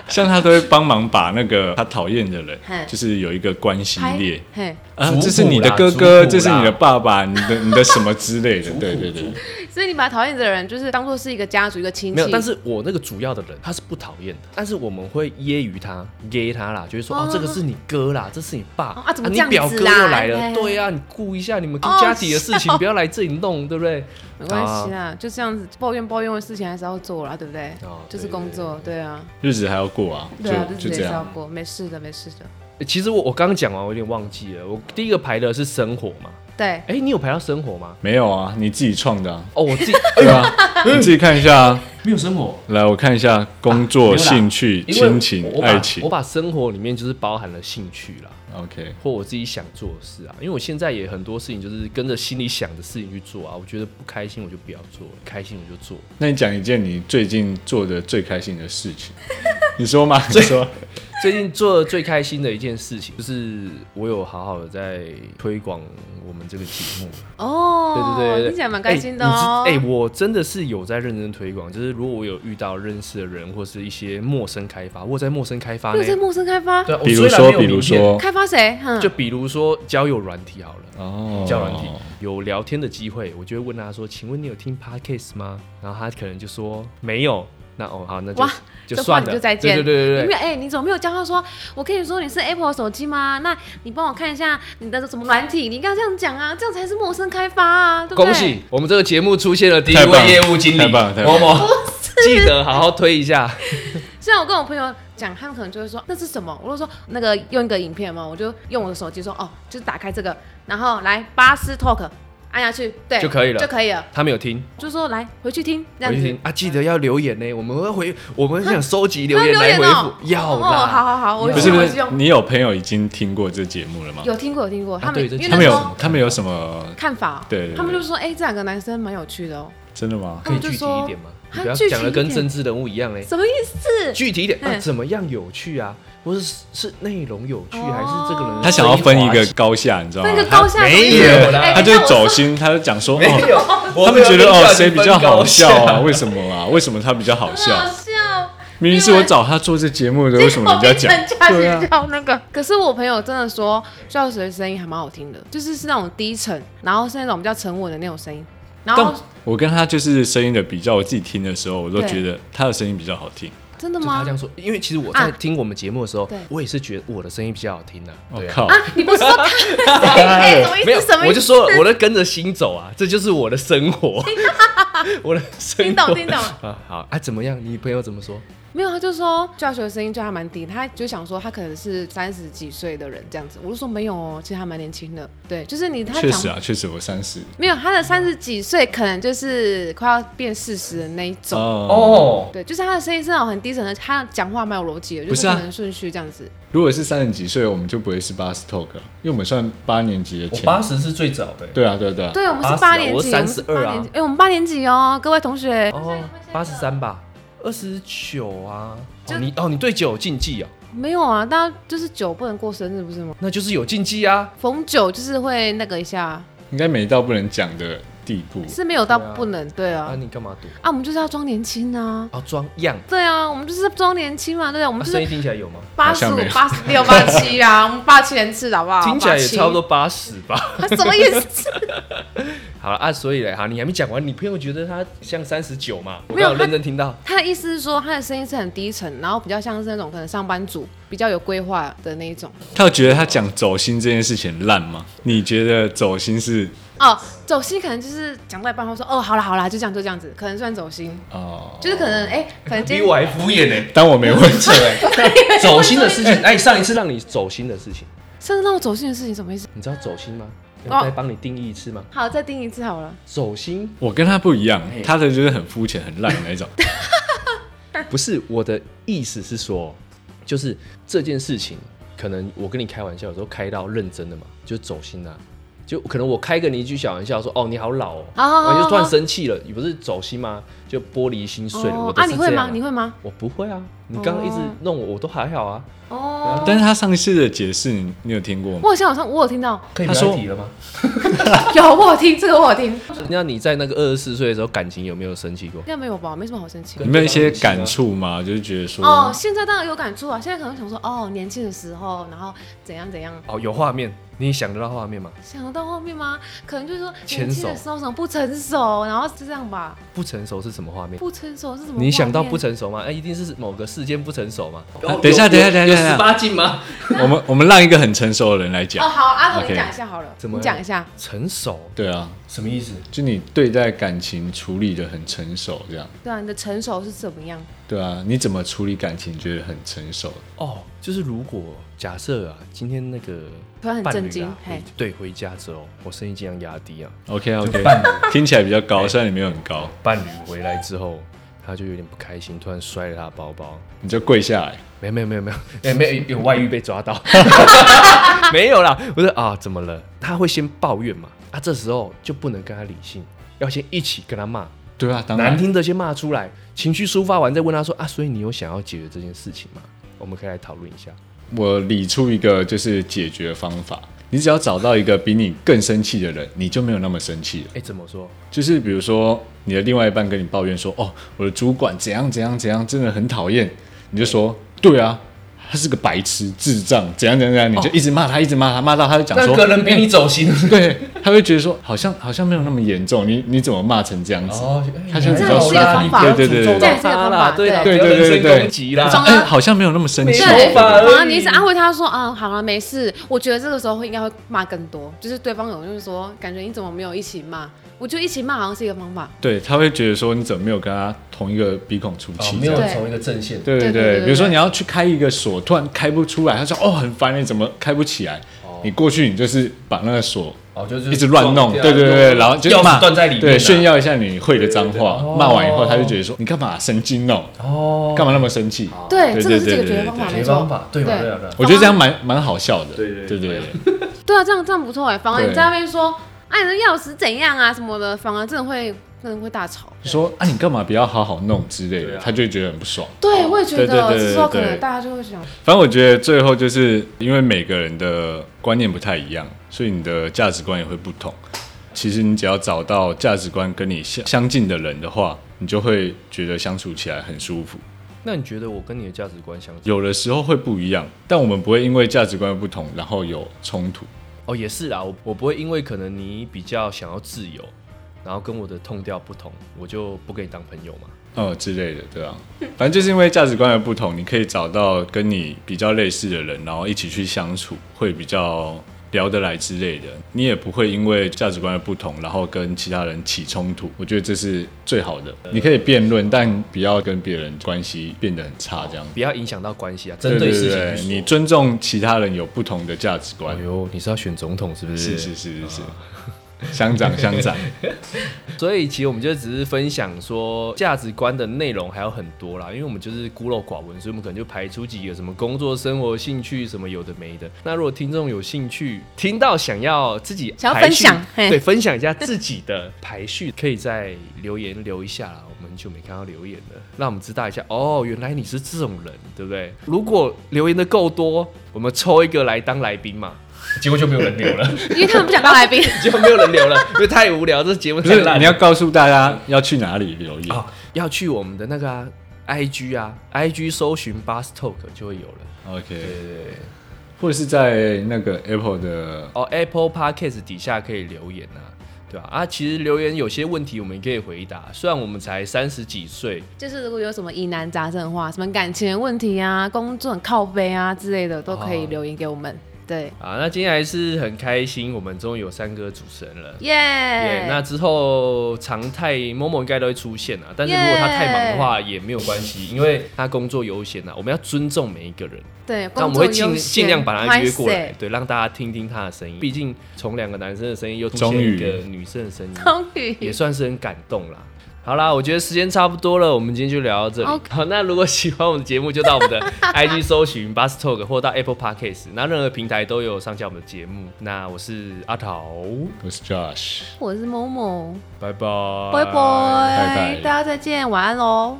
Speaker 3: 像他都会帮忙把那个他讨厌的人
Speaker 2: 嘿，
Speaker 3: 就是有一个关系列
Speaker 2: 嘿，
Speaker 3: 啊
Speaker 1: 族谱，啦
Speaker 3: 这是你的哥
Speaker 1: 族谱
Speaker 3: 哥，
Speaker 1: 啦
Speaker 3: 这是你的爸爸，你的你的什么之类的，对对对，
Speaker 2: 所以你把讨厌的人就是当做是一个家族一个亲戚，
Speaker 1: 没有，但是我那个主要的人他是不讨厌的，但是我们会揶揄他、揶他啦，就是说哦
Speaker 2: 哦
Speaker 1: 这个是你哥啦，这是你爸
Speaker 2: 哦啊怎么
Speaker 1: 你
Speaker 2: 这样
Speaker 1: 表
Speaker 2: 子
Speaker 1: 哥
Speaker 2: 啦
Speaker 1: 又来了，
Speaker 2: 哎
Speaker 1: 对啊，你顾一下你们
Speaker 2: 哦
Speaker 1: 家里的事情，
Speaker 2: 笑
Speaker 1: 不要来这里弄，对不对？
Speaker 2: 没关系啊，就这样子抱怨抱怨的事情还是要做啦，对不对？
Speaker 1: 哦
Speaker 2: 就
Speaker 1: 对
Speaker 2: 是工作，对啊，
Speaker 3: 日子还要过啊，
Speaker 2: 对啊，日子
Speaker 3: 就就
Speaker 2: 也
Speaker 3: 这
Speaker 2: 是要
Speaker 3: 样，
Speaker 2: 过，没事的，没事的。
Speaker 1: 欸其实我我刚刚讲完，我有点忘记了，我第一个排的是生活嘛，
Speaker 2: 对，
Speaker 1: 哎、你有排到生活吗？
Speaker 3: 没有啊，你自己创的啊，
Speaker 1: 哦，我自己
Speaker 3: 对啊，你自己看一下 啊，
Speaker 1: 哎没有生活。
Speaker 3: 来我看一下工
Speaker 1: 没
Speaker 3: 作、
Speaker 1: 有啦
Speaker 3: 兴 趣、
Speaker 1: 因为
Speaker 3: 亲
Speaker 1: 我
Speaker 3: 情、
Speaker 1: 我把
Speaker 3: 爱情
Speaker 1: 我把生活里面就是包含了兴趣啦，
Speaker 3: ，OK，
Speaker 1: 或我自己想做的事啊，因为我现在也很多事情就是跟着心里想的事情去做啊，我觉得不开心我就不要做，开心我就做。
Speaker 3: 那你讲一件你最近做的最开心的事情，你说嘛，你说，
Speaker 1: 最近做的最开心的一件事情，就是我有好好的在推广我们这个节目。
Speaker 2: 哦，
Speaker 1: 对对对对，
Speaker 2: 听起来蛮开心的哦。
Speaker 1: 哎、你知哎我真的是有在认真推广，就是如果我有遇到认识的人或是一些陌生开发，我在陌生开发
Speaker 2: 又
Speaker 1: 呢，
Speaker 2: 在陌生开发，
Speaker 1: 对啊，我
Speaker 3: 比如
Speaker 1: 虽然
Speaker 3: 说
Speaker 1: 没，有
Speaker 3: 比如
Speaker 1: 名片，
Speaker 3: 说，
Speaker 2: 开发谁？嗯哼，
Speaker 1: 就比如说交友软体好了。
Speaker 3: 哦
Speaker 1: 交友软体有聊天的机会，我就会问他说：“请问你有听 podcast 吗？”然后他可能就说没有。那哦好，那就
Speaker 2: 哇
Speaker 1: 就
Speaker 2: 这
Speaker 1: 算
Speaker 2: 话
Speaker 1: 了，
Speaker 2: 你就再见
Speaker 1: 对对对对
Speaker 2: 你
Speaker 1: 对
Speaker 2: 没有哎、你怎么没有教他说？我跟你说你是 Apple 手机吗？那你帮我看一下你的什么软体？你应该这样讲啊，这样才是陌生开发啊，对不对？
Speaker 1: 恭喜我们这个节目出现了第一
Speaker 3: 太棒
Speaker 1: 位业务经
Speaker 3: 太
Speaker 1: 理
Speaker 3: 棒了太棒
Speaker 1: 某某， 记得好好推一下。
Speaker 2: 虽然我跟我朋友讲，他们可能就会说那是什么？我就说那个用一个影片嘛，我就用我的手机说哦，就是打开这个，然后来巴斯 Talk 按下去，对，
Speaker 1: 就可以了
Speaker 2: 就可以了。
Speaker 1: 他没有听，
Speaker 2: 就说来回去听这
Speaker 1: 我
Speaker 2: 样
Speaker 1: 就
Speaker 2: 子
Speaker 1: 听。啊，记得要留言呢，我们会回，我们想收集留
Speaker 2: 他
Speaker 1: 言
Speaker 2: 留
Speaker 1: 来
Speaker 2: 言
Speaker 1: 回
Speaker 2: 哦，
Speaker 1: 复，要
Speaker 2: 哦，好
Speaker 1: 啦。
Speaker 2: 好好，我
Speaker 3: 不
Speaker 2: 去
Speaker 3: 是不
Speaker 2: 我
Speaker 3: 是
Speaker 2: 去，用。
Speaker 3: 你有朋友已经听过这节目了吗？
Speaker 2: 有听过有听过，他们
Speaker 1: 对这
Speaker 2: 因为
Speaker 1: 节
Speaker 3: 他
Speaker 2: 那
Speaker 3: 们
Speaker 2: 时候
Speaker 3: 有他们有什么？
Speaker 2: 看法，
Speaker 3: 对对对
Speaker 2: 他们就说哎，这两个男生蛮有趣的哦，
Speaker 3: 真的吗？
Speaker 1: 可以
Speaker 2: 他们就
Speaker 1: 具体
Speaker 2: 说
Speaker 1: 一点吗？你
Speaker 2: 啊
Speaker 1: 不要
Speaker 2: 具体
Speaker 1: 讲的
Speaker 2: 一
Speaker 1: 跟
Speaker 2: 点
Speaker 1: 政治人物一样嘞。
Speaker 2: 什么意思？
Speaker 1: 具体一点啊，
Speaker 2: 嗯
Speaker 1: 怎么样有趣啊？或是是内容有趣，还是
Speaker 2: 哦
Speaker 1: 这个人
Speaker 3: 他想要分一
Speaker 1: 声
Speaker 3: 个
Speaker 1: 音滑稽
Speaker 3: 高下，你知道吗
Speaker 2: 分？个
Speaker 3: 他
Speaker 2: 高下
Speaker 1: 没
Speaker 2: 什么意思
Speaker 1: 有啦
Speaker 2: 哎
Speaker 3: 他就
Speaker 2: 你看
Speaker 3: 是
Speaker 2: 我
Speaker 3: 走心，他就讲说，哦，
Speaker 1: 有，
Speaker 3: 他
Speaker 1: 哎我
Speaker 3: 们
Speaker 1: 没有
Speaker 3: 觉得
Speaker 1: 跟
Speaker 3: 哦
Speaker 1: 你
Speaker 3: 谁比较
Speaker 1: 分高
Speaker 3: 好笑啊？
Speaker 1: 下
Speaker 3: 为什么啊？为什么他比较好笑？
Speaker 2: 好笑。
Speaker 3: 明明是我找他做这节目
Speaker 2: 啊
Speaker 3: 的，为什么人家讲？对啊，
Speaker 2: 叫那个。可是我朋友真的说，教水的声音还蛮好听的，就是是那种低沉，然后是那种比较沉稳的那种声音。然
Speaker 3: 但
Speaker 2: 后
Speaker 3: 我跟他就是声音的比较，我自己听的时候，我都
Speaker 2: 对
Speaker 3: 觉得他的声音比较好听。
Speaker 2: 真的
Speaker 1: 就他
Speaker 2: 吗
Speaker 1: 这？样说，因为其实我在
Speaker 2: 啊
Speaker 1: 听我们节目的时候
Speaker 2: 对，
Speaker 1: 我也是觉得我的声音比较好听啊。
Speaker 3: 我
Speaker 1: 对啊，
Speaker 3: 哦靠
Speaker 2: 啊，，你不是说他？哎，什么意
Speaker 1: 没有
Speaker 2: 思？什，么
Speaker 1: 我
Speaker 2: 意
Speaker 1: 就
Speaker 2: 思？
Speaker 1: 说了我在跟着心走啊，这就是我的生 活， 我的生活。
Speaker 2: 听懂听懂
Speaker 1: 啊，好啊，怎么样？你朋友怎么说？
Speaker 2: 没有，他就说教学的声音就还蛮低，他就想说他可能是三十几岁的人这样子。我就说没有哦，其实还蛮年轻的。对，就是你他
Speaker 3: 确
Speaker 2: 讲
Speaker 3: 实啊，确实我三十
Speaker 2: 没有他的三十几岁，可能就是快要变四十的那一种。
Speaker 3: 哦。
Speaker 1: 哦，
Speaker 2: 对，就是他的声音是那种很低沉的，他讲话蛮有逻辑的，就
Speaker 3: 不是啊
Speaker 2: 可能顺序这样子。
Speaker 3: 如果是三十几岁，我们就不会是八十 talk，了因为我们算八年级的前。
Speaker 1: 十是最早的。
Speaker 3: 对啊，对啊对啊。
Speaker 2: 对，我们是
Speaker 1: 82
Speaker 2: 八年级，
Speaker 1: 我
Speaker 2: 们是
Speaker 1: 32啊
Speaker 2: 八年级哎，我们八年级哦，各位同学，
Speaker 1: 哦，八十三吧，二十九啊。哦，你哦，你对酒有禁忌哦，
Speaker 2: 没有啊，大家就是酒不能过生日，不是吗？
Speaker 1: 那就是有禁忌啊。
Speaker 2: 逢酒就是会那个一下，
Speaker 3: 应该没到不能讲的地步。
Speaker 2: 是没有到
Speaker 1: 对啊
Speaker 2: 不能，对
Speaker 1: 啊，
Speaker 2: 啊，
Speaker 1: 你干嘛赌？
Speaker 2: 啊，我们就是要装年轻啊，
Speaker 1: 哦，装样。
Speaker 2: 对啊，我们就是装年轻嘛，对不对？我
Speaker 1: 啊
Speaker 2: 们就
Speaker 1: 声
Speaker 2: 是
Speaker 1: 音听起来有吗？
Speaker 2: 八十
Speaker 3: 好像
Speaker 2: 五
Speaker 3: 没
Speaker 2: 八十六、
Speaker 3: 有、
Speaker 2: 八 七啊，我们八七人次的好不好？
Speaker 1: 听起来也
Speaker 2: 87
Speaker 1: 差不多，啊八十吧。
Speaker 2: 他什么意 思？
Speaker 1: 好了啊，所以嘞，好，你还没讲完，你朋友觉得他像三十九嘛？我
Speaker 2: 没有
Speaker 1: 刚好认真听到。
Speaker 2: 他的意思是说，他的声音是很低沉，然后比较像是那种可能上班族比较有规划的那一种。
Speaker 3: 他有觉得他讲走心这件事情烂吗？你觉得走心是
Speaker 2: 哦，走心可能就是讲到一半，他说哦，好啦好啦，就这样就这样子，可能算走心，
Speaker 3: 哦？
Speaker 2: 就是可能哎、可能今
Speaker 1: 比
Speaker 2: 天
Speaker 1: 我还敷衍呢。
Speaker 3: 当我 没问
Speaker 1: 扯哎，走心的事情，哎，上一次让你走心的事情，
Speaker 2: 甚至让我走心的事情什么意思？
Speaker 1: 你知道走心吗？
Speaker 2: 哦
Speaker 1: 要再帮你定义一次吗？
Speaker 2: 好，再听一次好了。
Speaker 1: 走心
Speaker 3: 我跟他不一样，他的就是很肤浅、很烂的 那种。
Speaker 1: 不是我的意思是说，就是这件事情，可能我跟你开玩笑，有时候开到认真的嘛，就走心啦、就可能我开个你一句小玩笑说，哦你好老哦，
Speaker 2: 好好好
Speaker 1: 然后就突然
Speaker 2: 好
Speaker 1: 生气了，你不是走心吗？哦就玻璃心碎了。我的
Speaker 2: 啊，
Speaker 1: 是
Speaker 2: 你会
Speaker 1: 这样
Speaker 2: 吗？你会吗？
Speaker 1: 我不会啊，你刚刚一直
Speaker 2: 哦
Speaker 1: 弄我，我都还好啊。
Speaker 2: 哦，
Speaker 3: 但是他上次的解释，你你有听过吗？
Speaker 2: 我好像好像我有听到，
Speaker 1: 可以
Speaker 3: 他
Speaker 1: 不
Speaker 3: 说
Speaker 1: 要提了吗？
Speaker 2: 有我有听这个我有听，应
Speaker 1: 那你在那个二十四岁的时候，感情有没有生气过？
Speaker 2: 该没有吧？没什么好生气
Speaker 1: 对。
Speaker 3: 有没有一些感触吗？就是觉得说，
Speaker 2: 哦，现在当然有感触啊，现在可能想说哦，年轻的时候，然后怎样怎样，
Speaker 1: 哦，有画面，你想得到画面吗？
Speaker 2: 想得到后面吗？可能就是说
Speaker 1: 牵
Speaker 2: 年轻的
Speaker 1: 手
Speaker 2: 时候什么不成熟，然后是这样吧？
Speaker 1: 不成熟是什么画面？
Speaker 2: 不成熟是什么画面？
Speaker 1: 你想到不成熟吗？哎，一定是某个事件不成熟嘛。
Speaker 3: 啊等一下等一下等一下等一下
Speaker 1: 十八禁吗？
Speaker 3: 我
Speaker 1: 啊
Speaker 3: 们我们让一个很成熟的人来
Speaker 2: 哦，
Speaker 3: 讲，
Speaker 2: 好，阿童
Speaker 3: OK
Speaker 2: 你讲一下好了，
Speaker 1: 怎么
Speaker 2: 你讲一下？
Speaker 1: 成熟
Speaker 3: 对啊，
Speaker 1: 什么意思？
Speaker 3: 就你对待感情处理的很成熟，这样，
Speaker 2: 对啊，你的成熟是怎么样？
Speaker 3: 对啊，你怎么处理感情觉得很成熟？
Speaker 1: 哦，就是如果假设啊，今天那个
Speaker 2: 突然很
Speaker 1: 伴侣啊
Speaker 2: 震惊嘿
Speaker 1: 回对，回家之后，我声音尽量压低啊。
Speaker 3: OK
Speaker 1: 就
Speaker 3: OK，
Speaker 1: 伴
Speaker 3: 听起来比较高，虽然你没有很高，
Speaker 1: 伴侣回来之后，他就有点不开心，突然摔了他的包包。
Speaker 3: 你就跪下来。
Speaker 1: 没有没有没有没有，哎、没有有外遇被抓到， 没有啦。我说啊，怎么了？他会先抱怨嘛，啊，这时候就不能跟他理性，要先一起跟他骂，
Speaker 3: 对啊，当
Speaker 1: 难
Speaker 3: 然，
Speaker 1: 听的先骂出来，情绪抒发完再问他说啊，所以你有想要解决这件事情吗？我们可以来讨论一下。
Speaker 3: 我理出一个就是解决方法。你只要找到一个比你更生气的人，你就没有那么生气了。
Speaker 1: 哎，怎么说？
Speaker 3: 就是比如说，你的另外一半跟你抱怨说：“哦，我的主管怎样怎样怎样，真的很讨厌。”你就说：“对啊，他是个白痴、智障，怎样怎样怎样。”你就一直骂他，一直骂他，骂到他就讲说：“
Speaker 1: 人比你走 心。
Speaker 3: 对，他会觉得说好像好像没有那么严重，你你怎么骂成这样子？
Speaker 1: 哦，
Speaker 3: 他就
Speaker 2: 这
Speaker 3: 比
Speaker 2: 样
Speaker 3: 较
Speaker 2: 是一个方法
Speaker 3: 对对对对
Speaker 2: 这
Speaker 3: 对
Speaker 2: 样是一个方法
Speaker 1: 对啦，
Speaker 2: 对
Speaker 1: 不要人
Speaker 3: 对对对对
Speaker 1: 身攻击啦。
Speaker 2: 中
Speaker 3: 哎，好像没有那么生
Speaker 1: 没
Speaker 3: 气。
Speaker 1: 头
Speaker 2: 对，
Speaker 1: 发而已
Speaker 2: 然后你一直安慰他说，啊，好了，没事。我觉得这个时候会应该会骂更多，就是对方有就是说，感觉你怎么没有一起骂？我觉得一起骂好像是一个方法。
Speaker 3: 对，他会觉得说你怎么没有跟他同一个鼻孔出
Speaker 1: 哦
Speaker 3: 气？这样
Speaker 2: 对
Speaker 1: 一个阵线。
Speaker 3: 对
Speaker 2: 对
Speaker 3: 对
Speaker 2: 对对
Speaker 3: 对，
Speaker 2: 对
Speaker 3: 比如说你要去开一个锁，突然开不出来，他说哦很烦，你怎么开不起来？你过去你就是把那个锁
Speaker 1: 哦，就
Speaker 3: 一直乱弄，对对对对，然后就骂对炫耀一下你会的脏
Speaker 1: 啊对对对
Speaker 3: 话
Speaker 1: 哦，
Speaker 3: 骂完以后他就觉得说你干嘛神经哦，
Speaker 1: 哦
Speaker 3: 干嘛那么生气？
Speaker 2: 对，
Speaker 3: 对
Speaker 2: 这个是
Speaker 3: 对
Speaker 2: 这个
Speaker 3: 对
Speaker 2: 解决
Speaker 3: 对
Speaker 2: 方法，
Speaker 1: 解
Speaker 2: 没
Speaker 1: 决
Speaker 2: 错。
Speaker 1: 方法对嘛
Speaker 2: 对
Speaker 1: 对啊对啊
Speaker 3: 我觉得这样蛮蛮好笑的，
Speaker 1: 对对对
Speaker 3: 对对对。
Speaker 2: 对啊，这样这样不错哎，反而
Speaker 3: 对
Speaker 2: 你在那边说，哎，你的钥匙怎样啊什么的，反而真的会真的会大吵。
Speaker 3: 就说啊，你干嘛不要好好弄之类
Speaker 1: 对
Speaker 3: 的，
Speaker 1: 啊
Speaker 3: 他就会觉得很不爽。
Speaker 2: 对，我也觉
Speaker 3: 对对
Speaker 2: 得
Speaker 3: 对对
Speaker 2: 之后可
Speaker 3: 对
Speaker 2: 能大家就会想，
Speaker 3: 反正我觉得最后就是因为每个人的观念不太一样，所以你的价值观也会不同。其实你只要找到价值观跟你相相近的人的话，你就会觉得相处起来很舒服。
Speaker 1: 那你觉得我跟你的价值观相近？
Speaker 3: 有的时候会不一样，但我们不会因为价值观不同然后有冲突。
Speaker 1: 哦，也是啦，我我不会因为可能你比较想要自由，然后跟我的痛调不同，我就不跟你当朋友嘛。
Speaker 3: 呃之类的，对啊，反正就是因为价值观的不同，你可以找到跟你比较类似的人，然后一起去相处，会比较聊得来之类的。你也不会因为价值观的不同，然后跟其他人起冲突。我觉得这是最好的。你可以辩论，但不要跟别人关系变得很差，这样。
Speaker 1: 不要影响到关系啊，针对
Speaker 3: 对
Speaker 1: 事情
Speaker 3: 对
Speaker 1: 去说
Speaker 3: 你尊重其他人有不同的价值观
Speaker 1: 哎。呦，你是要选总统是不是？
Speaker 3: 是是是是是，
Speaker 1: 哦
Speaker 3: 乡长乡 长，
Speaker 1: 所以其实我们就只是分享说价值观的内容还有很多啦，因为我们就是孤陋寡闻，所以我们可能就排出几个什么工作、生活、兴趣什么有的没的。那如果听众有兴趣，听到想要自己
Speaker 2: 想要
Speaker 1: 排序
Speaker 2: 分享嘿
Speaker 1: 对，分享一下自己的排序，可以在留言留一下啦。我们很久没看到留言了，让我们知道一下哦，原来你是这种人，对不对？如果留言的够多，我们抽一个来当来宾嘛。结果就没有人留了，
Speaker 2: 因为他们不想当来宾，
Speaker 1: 结果没有人留了，因为太无聊，这节目
Speaker 3: 不
Speaker 1: 太
Speaker 3: 是
Speaker 1: 烂了。
Speaker 3: 你要告诉大家要去哪里留言
Speaker 1: 啊、。要去我们的那个、啊、IG 啊，IG 搜寻 Bus Talk 就会有了。
Speaker 3: OK，
Speaker 1: 对对对。
Speaker 3: 或者是在那个 Apple 的
Speaker 1: 哦，Apple Podcast 底下可以留言啊，对吧、啊？其实留言有些问题我们也可以回答，虽然我们才三十几岁，
Speaker 2: 就是如果有什么疑难杂症的话，什么感情的问题啊、工作很靠背啊之类的，都可以
Speaker 1: 哦
Speaker 2: 留言给我们。对，
Speaker 1: 啊，那今天还是很开心，我们终于有三个主持人了。
Speaker 2: 耶、
Speaker 1: 耶那之后常态 Momo 应该都会出现啊，但是如果他太忙的话也没有关系，因为他工作优先啊，我们要尊重每一个人。
Speaker 2: 对，
Speaker 1: 但我
Speaker 2: 工
Speaker 1: 们
Speaker 2: 作
Speaker 1: 会
Speaker 2: 优先
Speaker 1: 尽尽量把他约过来，
Speaker 2: 拍摄
Speaker 1: 对，让大家听听他的声音。毕竟从两个男生的声音又出
Speaker 3: 终
Speaker 1: 现一
Speaker 3: 于
Speaker 1: 个女生的声音，
Speaker 2: 终
Speaker 1: 也
Speaker 2: 于，
Speaker 1: 算是很感动啦。好啦，我觉得时间差不多了，我们今天就聊到这里。
Speaker 2: OK
Speaker 1: 好，那如果喜欢我们的节目，就到我们 的 IG 搜寻 Bus Talk 或到 Apple Podcast，那任何平台都有上架我们的节目。那我是阿桃，
Speaker 3: 我是 Josh。
Speaker 2: 我是某某，
Speaker 1: 拜拜，
Speaker 2: 拜拜，
Speaker 3: 拜拜
Speaker 2: 大家再见，晚安喽。